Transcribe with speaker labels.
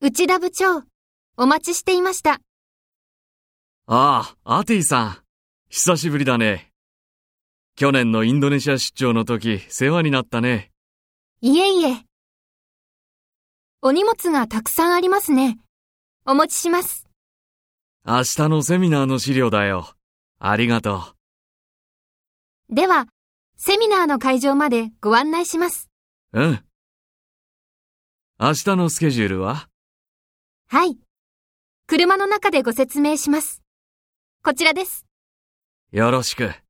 Speaker 1: 内田部長、お待ちしていました。
Speaker 2: ああ、アティさん。久しぶりだね。去年のインドネシア出張の時、世話になったね。
Speaker 1: いえいえ。お荷物がたくさんありますね。お持ちします。
Speaker 2: 明日のセミナーの資料だよ。ありがとう。
Speaker 1: では、セミナーの会場までご案内します。
Speaker 2: うん。明日のスケジュールは
Speaker 1: はい。車の中でご説明します。こちらです。
Speaker 2: よろしく。